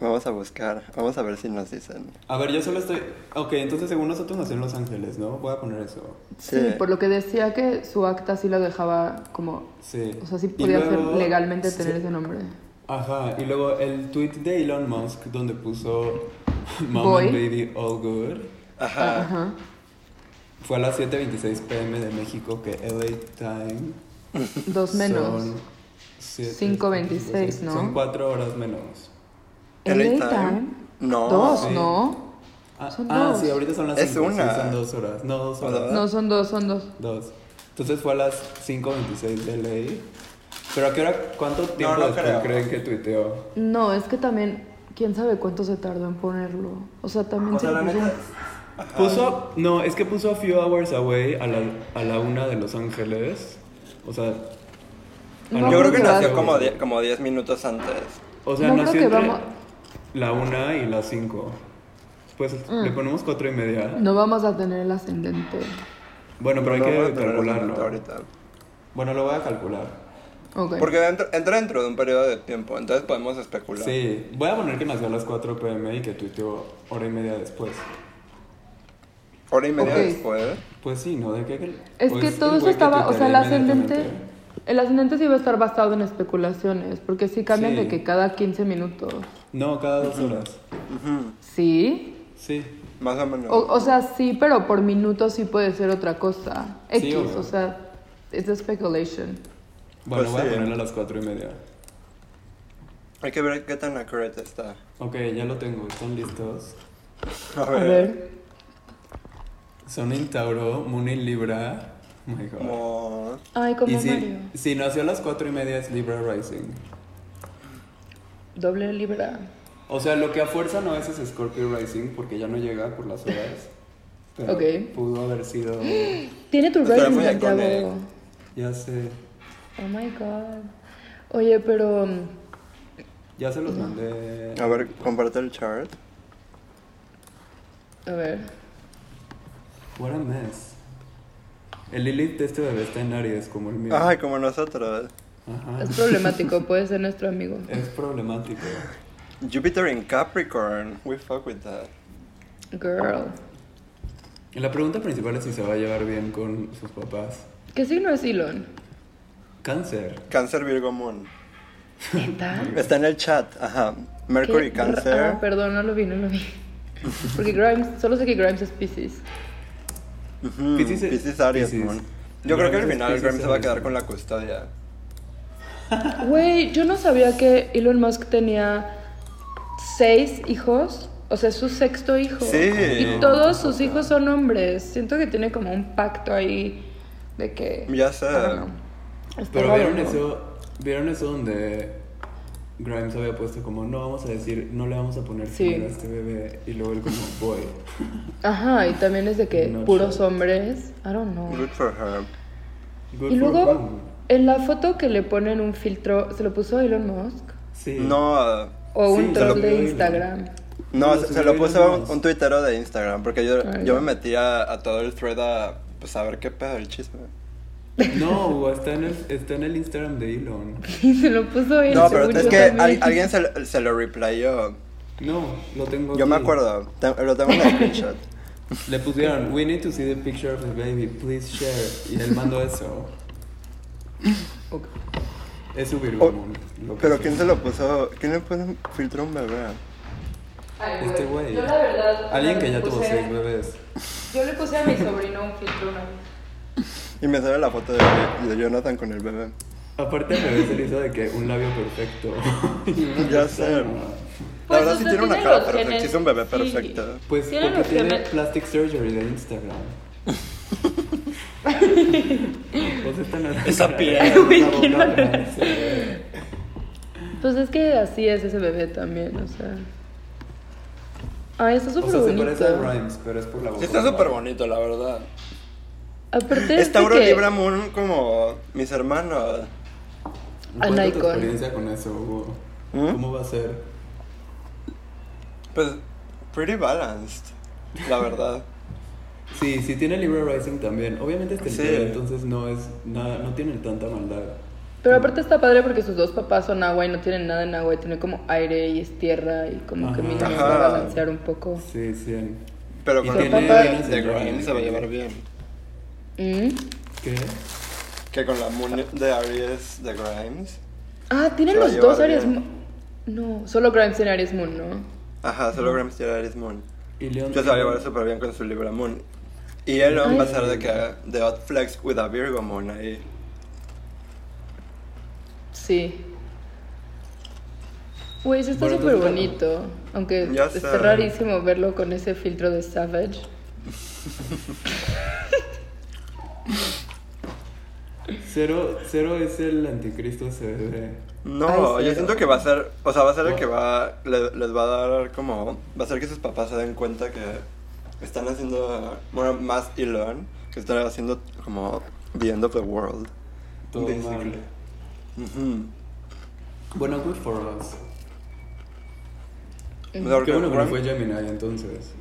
Vamos a buscar, vamos a ver si nos dicen. A ver, yo solo estoy. Ok, entonces según nosotros nació en Los Ángeles, ¿no? Voy a poner eso. Sí, por lo que decía que su acta sí la dejaba como. Sí. O sea, sí Y podía ser luego- legalmente sí. tener ese nombre. Ajá, y luego el tweet de Elon Musk donde puso Mom Boy. and Baby All Good Ajá. Ajá. fue a las 7:26 pm de México que LA Time Dos menos. son siete- 5:26, ¿no? Son 4 horas menos. LA LA Time. Time, No. Dos, sí. ¿no? Ah, Son ah, dos. sí, ahorita son las Es cinco, sí, una. son 2 horas. No, 2 horas. ¿Verdad? No, son dos, son dos. Dos. Entonces fue a las 5.26 de ley. ¿Pero a qué hora? ¿Cuánto tiempo no después creo. creen que tuiteó? No, es que también, quién sabe cuánto se tardó en ponerlo. O sea, también O sea, se la puso- neta, Puso, no, es que puso a few hours away a la, a la una de Los Ángeles. O sea... a No, la yo creo no que creo. nació como 10 como 10 minutos antes. O sea, No creo nació que entre vamos- la una y las cinco. Pues le ponemos cuatro y media. Mm. No vamos a tener el ascendente. Bueno, pero hay No voy a que tener calcularlo. resultado ahorita. Bueno, lo voy a calcular. Ok. Porque dentro- entra dentro de un periodo de tiempo, entonces podemos especular. Sí, voy a poner que nació a las 4 pm y que tuiteó hora y media después. Hora y media Ok. después. Pues sí, ¿no? ¿De qué? Es pues, que todo el güey eso que estaba, o sea, el tuitea ascendente, inmediatamente. el ascendente sí iba a estar basado en especulaciones, porque sí cambian Sí. de que cada 15 minutos. No, cada dos horas. Sí. Sí. Más o menos. O, o sea, sí, pero por minuto sí puede ser otra cosa. Sí, X, obvio. o sea, es speculation. Bueno, Pues voy sí. a ponerlo a las cuatro y media. Hay que ver qué tan accurate está. Ok, ya lo tengo. ¿Están listos? A A ver. ver. Son en Tauro, Moon en Libra. Oh my God. Como- Ay, como y si, Mario. si nació a las cuatro y media es Libra Rising. Doble libra. O sea, lo que a fuerza no es es Scorpio Rising porque ya no llega por las horas. Pero Ok. pudo haber sido... Tiene tu Estará rating, muy Santiago. iconic. Ya sé. Oh my god. Oye, pero. mm, Ya se los mandé. A ver, comparte el chart. A ver. What a mess. El Lilith de este bebé está en Aries como el mío. Ay, como nosotros. Ajá. Es problemático, puede ser nuestro amigo. Es problemático. Jupiter in Capricorn. We fuck with that. Girl. Y La pregunta principal es si se va a llevar bien con sus papás. ¿Qué signo es Elon? Cáncer. Cáncer Virgo Moon. ¿Neta? Está en el chat, ajá. Mercury ¿Qué? Cáncer. Ah, perdón, no lo vi, no lo vi. Porque Grimes, solo sé que Grimes es Pisces. Ujú, Piscis es- Mm, Piscis Aries Piscis. Moon. Yo creo que al Grimes es final Piscis Grimes se va a Aries. quedar con la custodia. Güey, yo no sabía que Elon Musk tenía seis hijos. O sea, es su sexto hijo. Sí. Y todos sus hijos son hombres. Siento que tiene como un pacto ahí de que. Ya sé. I don't know. Está Pero vieron raro. eso, vieron eso donde Grimes había puesto como no vamos a decir, no le vamos a poner sí. Sí. a este bebé y luego él como voy. Ajá, y también es de que No puros sé. hombres. I don't know. Good for her. Good Y for luego, him. en la foto que le ponen un filtro, ¿se lo puso Elon Musk? sí. No, ah, O Sí, un se lo troll puso de Elon. Instagram. no, Pero se, si se lo lo puse vieron a un, más. un tuitero de Instagram porque yo, Ah, yo ya. me metía a todo el thread a, pues, a ver qué pedo el chisme. No, Hugo, está en el, está en el Instagram de Elon. Y se lo puso Elon No, pero según es yo que también. al- alguien se, lo- se lo replayó. No, lo tengo. Yo me aquí. acuerdo, te- lo tengo en el screenshot. Le pusieron, we need to see the picture of the baby, please share. Y él mandó eso. Ok. Es su Oh, virgomón. Pero ¿quién se lo puso? ¿Quién le puso filtro a un bebé? Ay, Este güey. Yo la verdad. Alguien una que vez ya tuvo puse- seis bebés. Yo le puse a mi sobrino un filtro una vez. Y me sale la foto de, de Jonathan con el bebé. Aparte, el bebé se le hizo de que un labio perfecto. Y una Ya sé. pestaña. La Pues, verdad o sí sea, tiene una tiene cara los perfecta, genes, sí es un bebé sí. perfecto. Pues Tiene porque los tiene genes. plastic surgery de Instagram. Pues esta no era Esa la- piel. la boca, sí. Pues es que así es ese bebé también, o sea. Ay, está O súper sea, se bonito. parece a Rhymes, pero es por la voz. Sí, está súper bonito, la verdad. Aparte Pues, es Es de Tauro que- Libra Moon como mis hermanos. ¿Cuál es tu Anaicon. experiencia con eso, Hugo? ¿Mm? ¿Cómo va a ser? Pues, pretty balanced, la verdad. Sí, sí tiene Libra Rising también. Obviamente es temprano, Sí. entonces no es nada, no tiene tanta maldad. Pero aparte está padre porque sus dos papás son agua y no tienen nada en agua y tienen como aire y es tierra y como que Ajá. mínimo se Ajá. va a balancear un poco. Sí, sí. Pero Y con el tiene papá Venus en de Libra, Grimes se va a ¿no? llevar bien. ¿Mm? ¿Qué? Que con la Moon de Aries de Grimes. Ah, tienen Se va a los dos llevar Aries bien. Moon. No, solo Grimes tiene Aries Moon, ¿no? Ajá, solo Grimes tiene Aries Moon. Y León. Yo se va a llevar súper bien con su Libra Moon. Y Elon Ay. va a ser de que de Hot Flex with a Virgo Moon ahí. Sí. Güey, eso está Bueno, entonces, súper ¿eh? bonito. Aunque Ya está sé. rarísimo verlo con ese filtro de Savage. Cero, cero es el anticristo CD. No, Ay, yo sí. siento que va a ser, o sea, va a ser el que va, le- les va a dar como, va a ser que sus papás se den cuenta que están haciendo, bueno, más Elon, que están haciendo como the end of the world. Todo basically. mal. Ujú. Bueno, good for us. O sea, porque Qué bueno que no Ram- fue Gemini entonces.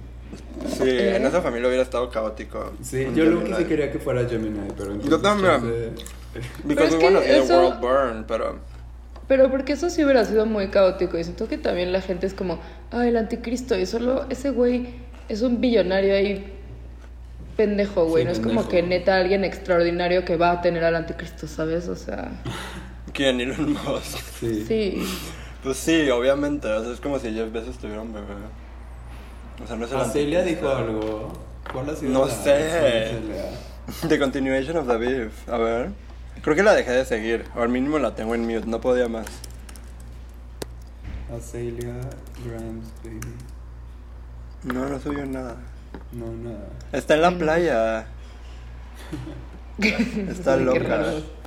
Sí, ¿Eh? en esa familia hubiera estado caótico. Sí, Un yo lo que Gemini. sí quería que fuera Gemini, pero entonces. también. chance- Pero Because es we wanna que see the eso- world burn, pero... Pero porque eso sí hubiera sido muy caótico. Y siento que también la gente es como, ah, el anticristo. Y solo ese güey es un billonario ahí pendejo, güey. Sí, no es pendejo. como que neta alguien extraordinario que va a tener al anticristo, ¿sabes? O sea, ¿Quién? Elon Musk. Sí. sí. Pues sí, obviamente, o sea, es como si Jeff Bezos tuviera un bebé. O sea, no es el Celia dijo anticristo. algo. ¿Cuál ha sido No la sé. razón de Celia? The Continuation of the Beef. A ver. Creo que la dejé de seguir. O al mínimo la tengo en mute. No podía más. Acelia Grimes, baby. No, no subió nada. No, nada. Está en Mm. la playa. Está Ay, qué loca. raro.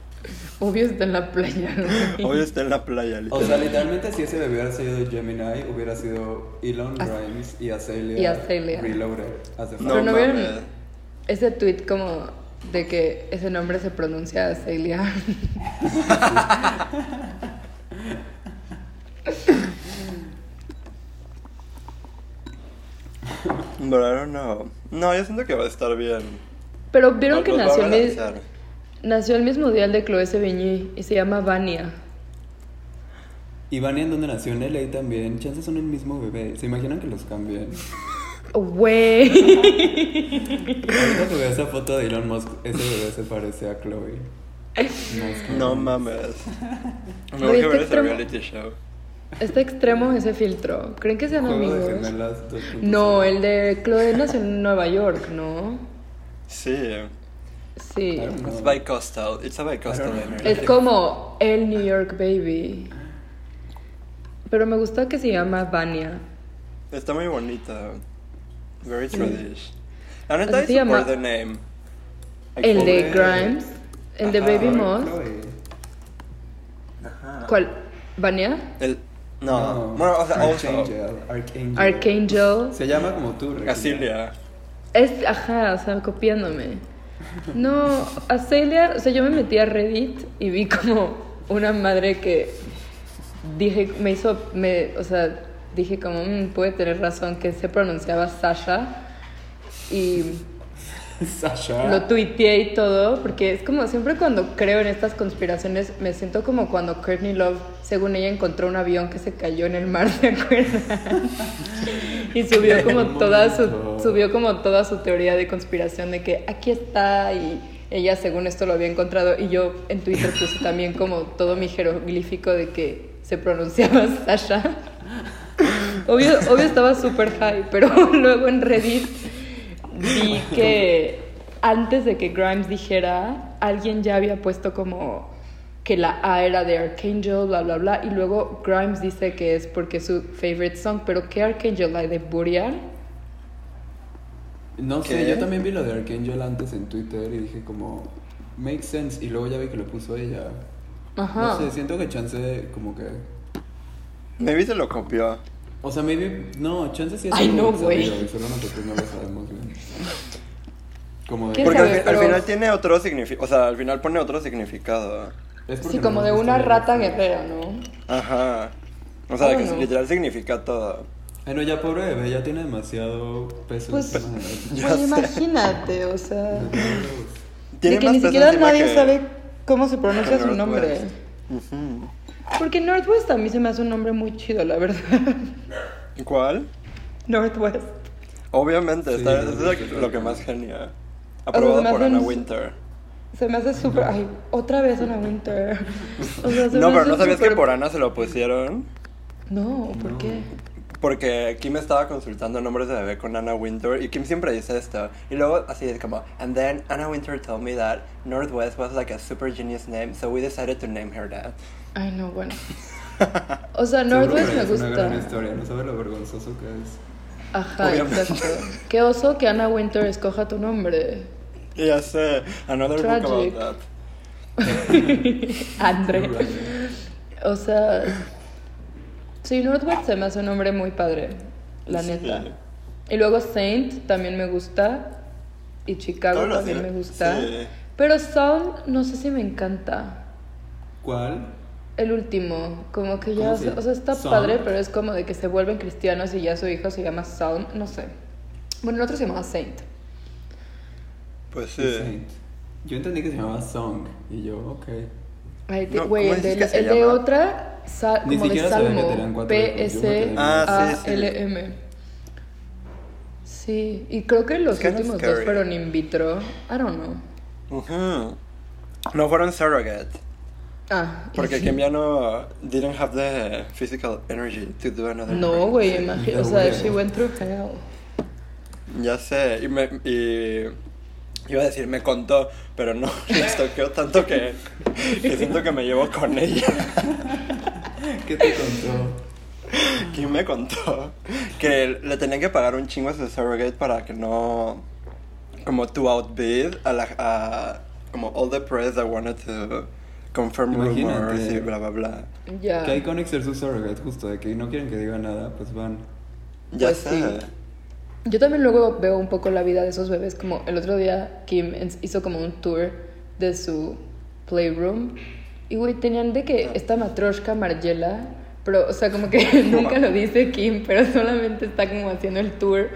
Obvio está en la playa. güey. Hoy está en la playa, O sea, literal. literalmente si ese bebé hubiera sido Gemini, hubiera sido Elon Grimes y Acelia, y Azealia. Reloaded. as the No Pero no fuck. vieron mames. ese tweet como de que ese nombre se pronuncia Celia. Oh. Pero no. No, yo siento que va a estar bien. Pero vieron Los- que los va pues, a nació el, mi- balancear. nació el mismo día el de Chloe Sevigny y se llama Vania. Y Vania, en donde nació en LA también, chances son el mismo bebé. ¿Se imaginan que los cambien? Oh, Güey. Ahorita que veo esa foto de Elon Musk, ese bebé se parece a Chloe. No Mm. mames. Me Güey, urge ver ese este extremo- reality show. Está extremo ese filtro. ¿Creen que sean Juego de amigos? gemelas 2.0. No, el de Chloe nació en Nueva York, ¿no? Sí. Sí. I don't know. It's bi-coastal. It's a bi-coastal I don't know. Es energy. como el New York Baby. Pero me gusta que se llama Vania. Está muy bonita. Very tradish. La neta, Así I se llama- support the name. I El de Chloe. Grimes. El de Ajá, Baby Chloe. Moss. Chloe. ¿Cuál? ¿Vania? El... No. No. Bueno, o sea, also. Archangel. Archangel. Archangel. Se llama como tú, Regina. Casilia. Es, ajá, o sea, copiándome. No, Acelia, o sea, yo me metí a Reddit y vi como una madre que dije, me hizo, me, o sea, dije como, "Mm, puede tener razón, que se pronunciaba Sasha. Y Sasha. lo tuiteé y todo, porque es como siempre cuando creo en estas conspiraciones, me siento como cuando Courtney Love, según ella, encontró un avión que se cayó en el mar, ¿se acuerdan? y subió Un como toda su, momento. subió como toda su teoría de conspiración de que aquí está y ella según esto lo había encontrado y yo en Twitter puse también como todo mi jeroglífico de que se pronunciaba Sasha. Obvio, obvio estaba súper high, pero luego en Reddit vi que antes de que Grimes dijera, alguien ya había puesto como que la A era de Archangel, bla, bla, bla, y luego Grimes dice que es porque es su favorite song, pero ¿qué Archangel hay de Burial? No sé, ¿Qué? yo también vi lo de Archangel antes en Twitter y dije como, makes sense, y luego ya vi que lo puso ella. Ajá. No sé, siento que chance como que... Maybe se lo copió. O sea, maybe. No, chance sí es Ay, algo no, güey. sabido, y Solo nosotros no lo sabemos bien. Como de. ¿Quién Porque al, sabe? fi- al Pero- final tiene otro significado. O sea, al final pone otro significado. Es porque Sí, no como nos de gusta una leer. rata guerrera, ¿no? Ajá. O sea, Oh, que no. literal significa todo. Ay, no, ya pobre bebé, ya tiene demasiado peso. Pues, encima de la- Ya Güey, sé. imagínate, o sea. Tiene de que más ni peso siquiera encima nadie que- sabe cómo se pronuncia su Northwest. nombre. Ujú. Porque Northwest a mí se me hace un nombre muy chido, la verdad. ¿Cuál? Northwest. Obviamente, Sí, está- no, es no, lo no, que- no. lo que más genia. O sea, Aprobado me por hacen- Anna Winter. Se me hace súper. Ay, otra vez una Winter. O sea, se No, me pero hace ¿no sabías súper- que por Ana se lo pusieron? No, ¿por qué? Porque Kim estaba consultando nombres de bebé con Anna Winter y Kim siempre dice esto. Y luego así es como, and then Anna Winter told me that Northwest was like a super genius name, so we decided to name her that. Ay, no, bueno. O sea, Seguro Northwest que me Es una gran este. gusta. historia, no sabes lo vergonzoso que es. Ajá, Obviamente. exacto. Qué oso que Anna Winter escoja tu nombre. Y ya sé, another book Tragic. about that. Andre. O sea. Sí, Northwest se me hace un nombre muy padre. La Sí. neta. Y luego Saint también me gusta. Y Chicago Todos los también de- me gusta. sí. Pero Sound, no sé si me encanta. ¿Cuál? El último, como que ya, ¿Cómo o sea, se- o sea, está Saul? padre, pero es como de que se vuelven cristianos y ya su hijo se llama Saul, no sé. Bueno, el otro se llamaba Saint. Pues The sí. Saint. Yo entendí que se llamaba Song y yo, ok. Ay, de- No, Güey, ¿cómo el, de, dices que el se de llama? otra, Ni sa- como de siquiera sabía que tenían Salmo, cuatro hijos, yo me quedé con- Ah, sí, sí. P-S-A-L-M. Sí, y creo que los It's kinda últimos dos scary. fueron in vitro. I don't know. Ujú. No fueron surrogate. Ah, y Porque sí. Kim ya no didn't have the physical energy to do another No, pregnancy. güey, imagínate. O Ya, sea, güey. she went through hell. Ya sé, y me y iba a decir me contó, pero no les toqueó tanto que, que siento que me llevo con ella. ¿Qué te contó? Kim me contó que le tenían que pagar un chingo a su surrogate para que no como to outbid a la a como all the press that wanted to confirm Imagínate. rumors y bla bla bla. Ya. Que hay con Exer su surrogate, justo de que no quieren que diga nada, pues van. Ya Pues sé. sí. Yo también luego veo un poco la vida de esos bebés, como el otro día Kim ens- hizo como un tour de su playroom y güey, tenían de Ah. que esta matroshka Margiela, pero o sea, como que nunca lo dice Kim, pero solamente está como haciendo el tour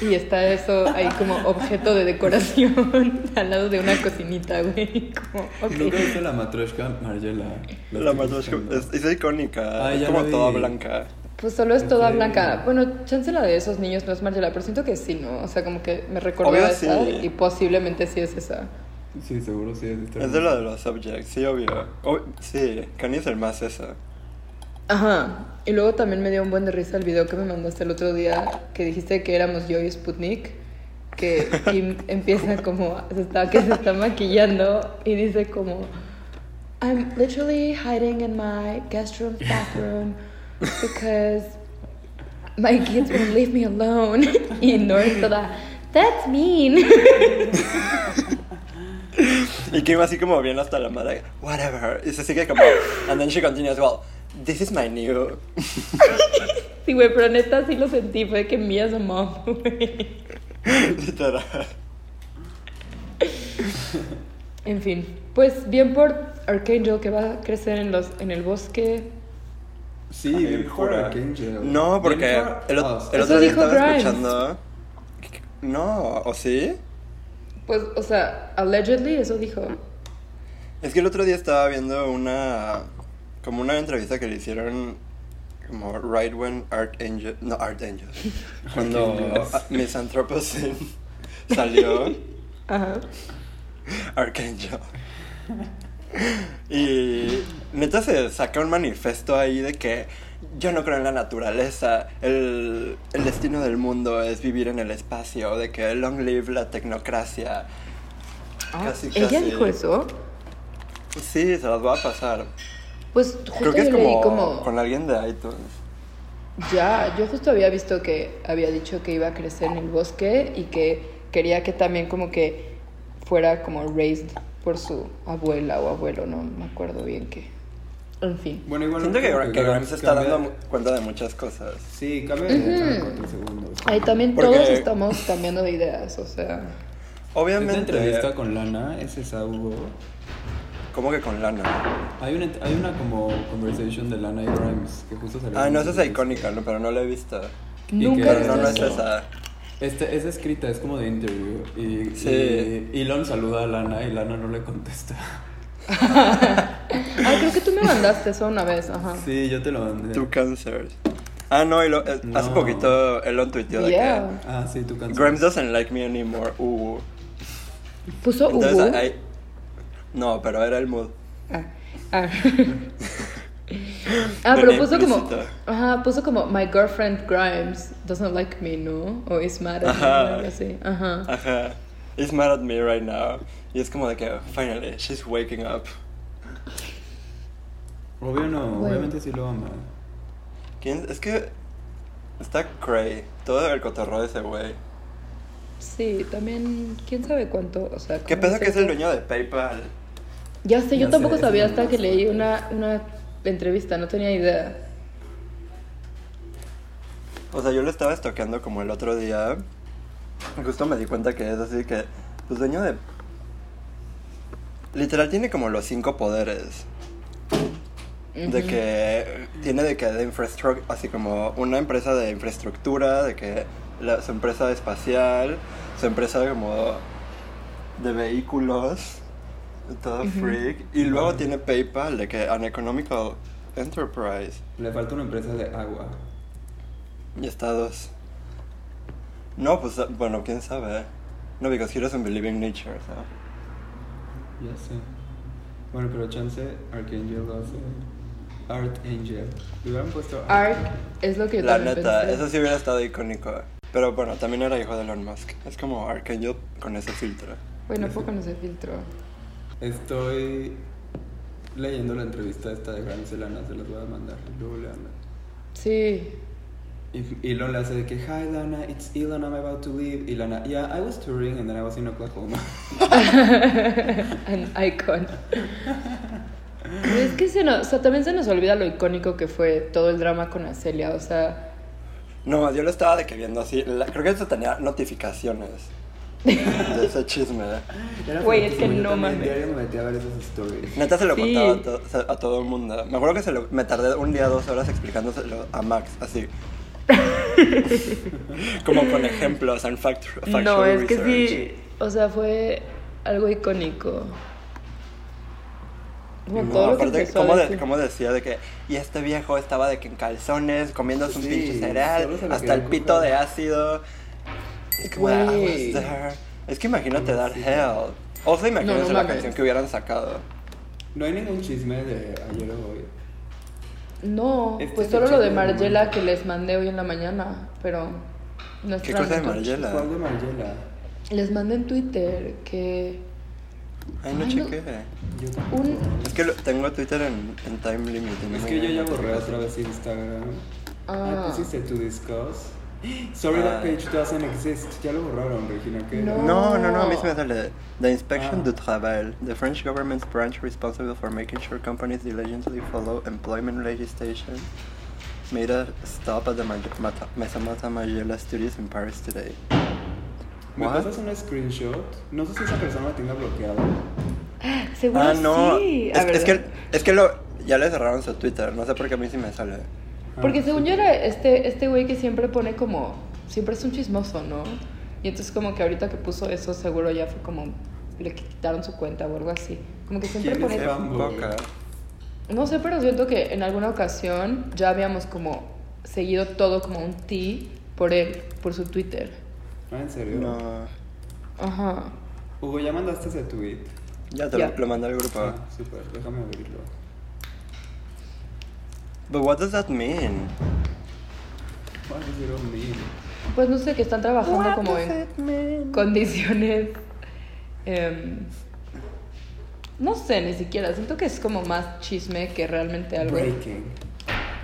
y está eso ahí como objeto de decoración al lado de una cocinita, güey, como Nunca ok. viste la matroshka Margiela. La estoy matrosca buscando. es, es icónica, Ah, es ya como la vi. toda blanca. Pues solo es toda Ok. blanca. Bueno, chance la de esos niños no es Margiela, pero siento que sí, ¿no? O sea, como que me recordó Obvio a esa sí. y posiblemente sí es esa. Sí, seguro sí es Es de la de los subjects, sí, obvio. Ob- sí, Kanye es el más eso. Ajá. Y luego también me dio un buen de risa el video que me mandaste el otro día, que dijiste que éramos yo y Sputnik, que Kim empieza como, se está, que se está maquillando y dice como, I'm literally hiding in my guest room bathroom because my kids won't leave me alone. Y North toda, that's mean. Y Kim así como bien hasta la madre, whatever. Y se sigue como, and then she continues, well, this is my new. Sí, güey, pero neta sí lo sentí, fue que me as a mom, güey. Literal. En fin, pues bien por Archangel que va a crecer en, los, en el bosque. Sí, Ay, bien por jura. Archangel. No, porque Bien por el, ot- Us. el Eso otro día dijo estaba Grimes. escuchando. No, ¿o sí? Pues, o sea, allegedly eso dijo. Es que el otro día estaba viendo una. Como una entrevista que le hicieron. Como right when Art Angel. No, Art Angel. Cuando Archangels. ah, Miss Anthropocene salió. Ajá. Archangel. Y neta se saca un manifiesto ahí de que yo no creo en la naturaleza, el, el destino del mundo es vivir en el espacio, de que long live la tecnocracia. Casi, Ah, ¿Ella casi. dijo eso? Sí, se las va a pasar. Pues justo Creo que es yo leí como, como... con alguien de iTunes. Ya, yo justo había visto que había dicho que iba a crecer en el bosque y que quería que también como que fuera como raised por su abuela o abuelo, no me acuerdo bien qué. En fin. Bueno, igual. Siento que, creo Gra- que Graham se está cambia- dando mu- cuenta de muchas cosas. Sí, cambia de idea cada cuatro segundos. Ay, también Porque- todos estamos cambiando de ideas, o sea. Esta entrevista Obviamente, con Lana es esa, Hugo. ¿cómo que con Lana? Hay una, hay una como conversation de Lana y Grimes que justo salió. Ah, en no, esa Netflix. es icónica, no, pero no la he visto. Y Nunca que- he Pero no, visto no es eso. esa. Esta- Este, es escrita, es como de interview. Y, Sí. y Elon saluda a Lana y Lana no le contesta. Ah. Ay, creo que tú me mandaste eso una vez, ajá. Sí, yo te lo mandé. Two Cancers. Ah, no, y lo- eh, hace No. poquito Elon tuiteó de Yeah. Ah, sí, tu que canción. Grimes doesn't like me anymore. Uh. Puso Hugo. Entonces, ahí- No, pero era el mood. Ah, ah. Ah, pero Venía puso como. implícito. Ajá, puso como My girlfriend Grimes doesn't like me, ¿no? O is mad at me, Ajá. Ah. o algo así. Ajá. Ajá. He's mad at me right now. Y es como de que, finally, she's waking up. Obvio no, Bueno. obviamente sí lo ama. ¿Quién? Es que está cray. Todo el cotorreo de ese güey. Sí, también. ¿Quién sabe cuánto? O sea, ¿Qué como pedo dice- que es el dueño de PayPal? Ya sé, yo Ya tampoco sé, sabía es una hasta que masa, leí pero- una, una entrevista, no tenía idea. O sea, yo lo estaba estoqueando como el otro día. Y justo me di cuenta que es así que, pues dueño de... Literal tiene como los cinco poderes. De Ujú. que tiene de que de infraestructura, así como una empresa de infraestructura, de que la, su empresa espacial, su empresa como de vehículos, todo freak. Y luego tiene PayPal, de que an economical enterprise. Le falta una empresa de agua. Y estados. No, pues bueno, quién sabe. No, because he doesn't believe in nature, so. Ya sé. Bueno, pero chance Archangel lo hace. Art Angel. Le hubieran puesto Arc es lo que yo La también neta, pensé. eso sí hubiera estado icónico. ¿eh? Pero bueno, también era hijo de Elon Musk. Es como Archangel con ese filtro. Bueno, poco no se filtró. Estoy leyendo la entrevista esta de Grimes y Lana, se las voy a mandar. Luego le hablan. Sí. Y Elon le hace de que, hi Lana, it's Elon, I'm about to leave. Y Lana, yeah, I was touring and then I was in Oklahoma. An icon. Pero es que se nos, o sea, también se nos olvida lo icónico que fue todo el drama con Acelia. O sea, No, yo lo estaba de que viendo así. la- creo que eso tenía notificaciones de ese chisme. ¿eh? Era Güey, es que fuertísimo, yo no también mames. diario me metí a ver esas stories. Neta se lo Sí. contaba a, to- se- a todo el mundo. Me acuerdo que se lo, me tardé un día, dos horas explicándoselo a Max, así. como con ejemplos and fact factual no, es que research. sí. O sea, fue algo icónico. Como No, todo lo que aparte, empezó a ¿cómo, de- decir. cómo decía de que, y este viejo estaba de que en calzones, comiéndose un Sí, pinche solo cereal, se le hasta quedó el el pito cuco. de ácido. Es como, "I was Güey. there". Es que imagínate dar hell. O sea, imagínense No, no la mames. canción que hubieran sacado. No hay ningún chisme de ayer o hoy. No, Este pues es solo el lo de chisme del Margiela momento. que les mandé hoy en la mañana, pero no es ¿Qué cosa de realmente un Margiela? ¿Cuál de Mariela? chisme. Les mandé en Twitter que Ay, no Ay, no. chequé. Yo un Es que lo- tengo Twitter en, en time limit. y no Es me que yo llegan ya borré notificaciones. otra vez Instagram. Ah. Ah, pusiste to discuss. Sorry, that Ah. page doesn't exist. Ya lo borraron, Regina. ¿qué? No. No, no, no, a mí se me sale The Inspection Ah. du Travail, the French government's branch responsible for making sure companies diligently follow employment legislation, made a stop at the Mag- Mata- Mesamata Magella studios in Paris today. ¿Me What? pasas un screenshot? No sé si esa persona la tenga bloqueada. seguro Ah, no, sí. A es, ver, es que, es que lo, ya le cerraron su Twitter, no sé por qué a mí sí me sale. porque Ah, según sí. yo era este este güey que siempre pone como siempre es un chismoso, ¿no? Y entonces como que ahorita que puso eso seguro ya fue como le quitaron su cuenta o algo así. Como que siempre ¿Quién pone es Qué Bambo. poca. No sé, pero siento que en alguna ocasión ya habíamos como seguido todo como un ti por él, por su Twitter. Ah, en serio. No, Ajá. Hugo, ¿ya mandaste ese tweet? ya te Ya. Lo, lo mandé al grupo. Ah, super, déjame abrirlo. But what does that mean? What does it all mean? Pues no sé, que están trabajando como en condiciones... em, no sé, ni siquiera. Siento que es como más chisme que realmente algo Breaking.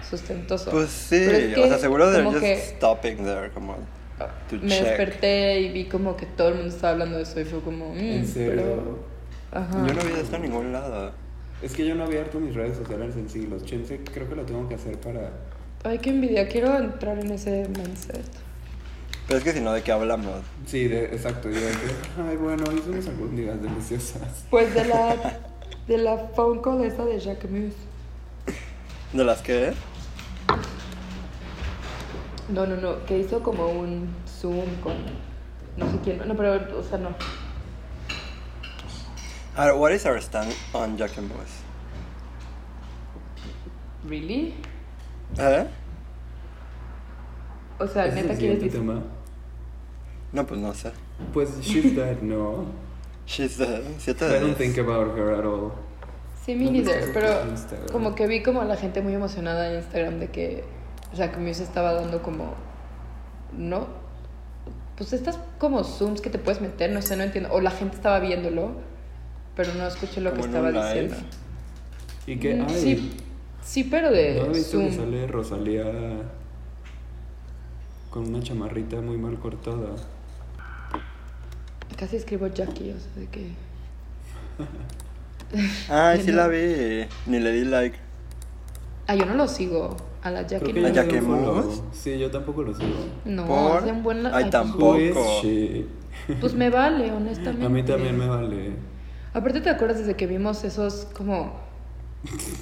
sustentoso. Pues sí, Pero es que o sea, seguro de como just que stopping there, como to me check. desperté y vi como que todo el mundo estaba hablando de eso y fue como... mm, En serio. pero- "Mm, Ajá. Yo no vi esto en ningún lado. Es que yo no abierto mis redes sociales en siglos. Chense, creo que lo tengo que hacer para. Ay, qué envidia. Quiero entrar en ese mindset. Pero es que si no, ¿de qué hablamos? Sí, de- exacto. Yo de que, ay, bueno, hice unas albóndigas deliciosas. Pues de la, de la phone call esa de Jacquemus. ¿De las que? No, no, no. Que hizo como un Zoom con no sé quién. No, pero, o sea, no. Ahora, what is our stand on Jack and Boys? ¿Really? ¿Eh? O sea, ¿Ese es neta el quieres siguiente decir. tema? No, pues no sé. Pues she's dead, no. She's the 7 I don't de think 10. about her at all. Sí, me No he visto neither, su pero Instagram. como que vi como a la gente muy emocionada en Instagram de que Jacquemus estaba dando como, no, pues estas como zooms que te puedes meter, no sé, no entiendo, o la gente estaba viéndolo, pero no escuché lo que Como en estaba un live. diciendo. Y que, Mm, ay, Sí, sí, pero de ¿no he visto que zoom. sale Rosalía con una chamarrita muy mal cortada? Casi escribo Jackie, o sea, de que... Ay, sí Yo no- la vi. Ni le di like. Ah, yo no lo sigo a la Jackie. Creo que no ya la ¿A le sigo. di un follow. Jaquemus? Sí, yo tampoco lo sigo. No, ¿Por? hacían buena... Ay, pues- tampoco. Who is Poco. she? Pues me vale, honestamente. A mí también me vale. Aparte, ¿te acuerdas desde que vimos esos como...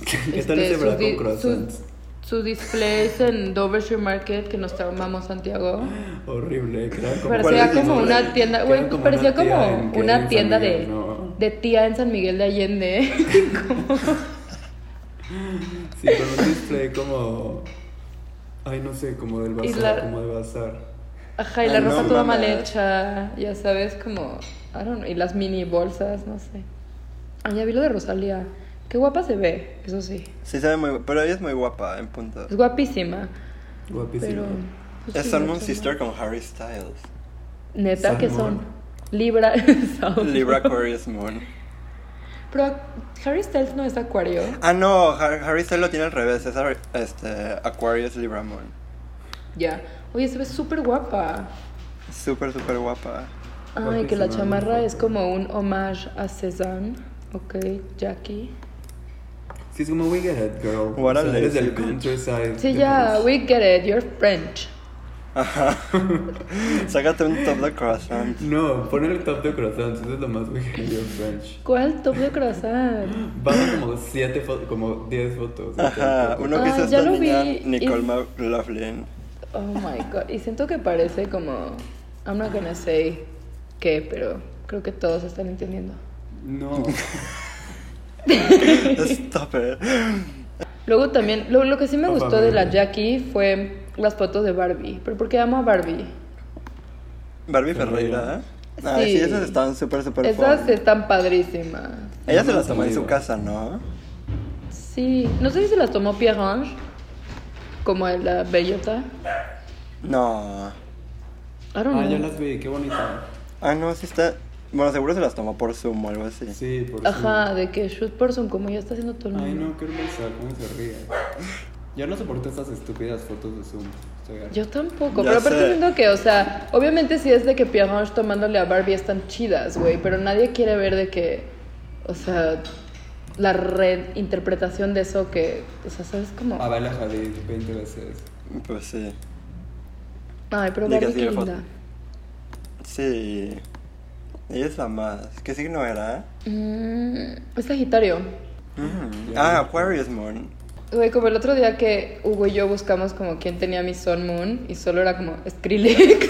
¿Qué tal este, ese verdad sus di- con croissants? sus- sus displays en Dovershire Market que nos tomamos Santiago. Horrible, que era como- Parecía ¿Cuál es como el una nombre? tienda, Que güey, era como parecía una tía como en- que era en una San tienda de, Miguel, ¿no? de tía en San Miguel de Allende. ¿eh? Como- Sí, con un display como. Ay, no sé, como del Y bazar, la- como de bazar. Ajá, y la Ay, no ropa toda mal mames. hecha, ya sabes, como, I don't know, y las mini bolsas, no sé. Ah, ya vi lo de Rosalía. Qué guapa se ve, eso sí. Sí, se ve muy. Pero ella es muy guapa, en punto. Es guapísima, Guapísimo. pero... pues, Es sí, Salmon no sé, Sister con Harry Styles. no. Neta, que son Salmón. Libra... Salmón. Libra Aquarius Moon. Pero Harry Styles no es acuario. Ah, no, Har- Harry Styles lo tiene al revés. Es Ar- este, Aquarius Libra Moon. Ya. Oye, se ve súper guapa. Súper, súper guapa. Ay, que Guapísima, la chamarra muy es como un homage a Cézanne. Ok, Jackie. Sí, es como we get it, girl. What a O sea, eres lazy del bitch. countryside. Sí, de ya, París. we get it, you're French. Ajá. Sácate un top de croissant. No, pon el top de croissants, eso es lo más we get it, your French. ¿Cuál top de croissant? Baja como 7 fotos, como 10 fotos. de Ajá, top. uno que Ah, hizo ya esta lo niña, vi. Nicole Y- McLaughlin. Oh my god. Y siento que parece como. I'm not gonna say qué, pero creo que todos están entendiendo. No. Stop it. Luego también, lo, lo que sí me Papá gustó de la Barbie. Jackie fue las fotos de Barbie. Pero porque amo a Barbie. Barbie Ferreira. ¿eh? Sí. Ay, sí, esas están súper, súper Esas fun. están padrísimas. Ella se las tomó en su Digo. casa, ¿no? Sí, no sé si se las tomó Pierre Ange, como a la bellota. No. I don't Ah, ya know. las vi, qué bonita. Ah, no, sí está. Bueno, seguro se las tomó por Zoom o algo así. Sí, por Ajá, de que shoot person, como ya está haciendo todo el Zoom. Ay, mundo. no, qué hermosa, cómo se ríe. Ya no soporto esas estúpidas fotos de Zoom. Estoy harta. Yo tampoco, Ya pero aparte sé. siento que, o sea, obviamente si es de que Pierre Ange tomándole a Barbie están chidas, güey, pero nadie quiere ver de que, o sea, la reinterpretación de eso que, o sea, sabes como, A Bella Hadid 20 veces. Pues sí. ay, pero Diga, Barbie sí, qué la foto. linda. Sí. Ella es la más. ¿Qué signo era? Mm, es Sagitario. Mm. Ah, Aquarius Moon. Güey, como el otro día que Hugo y yo buscamos como quién tenía mi Sun Moon y solo era como Skrillex.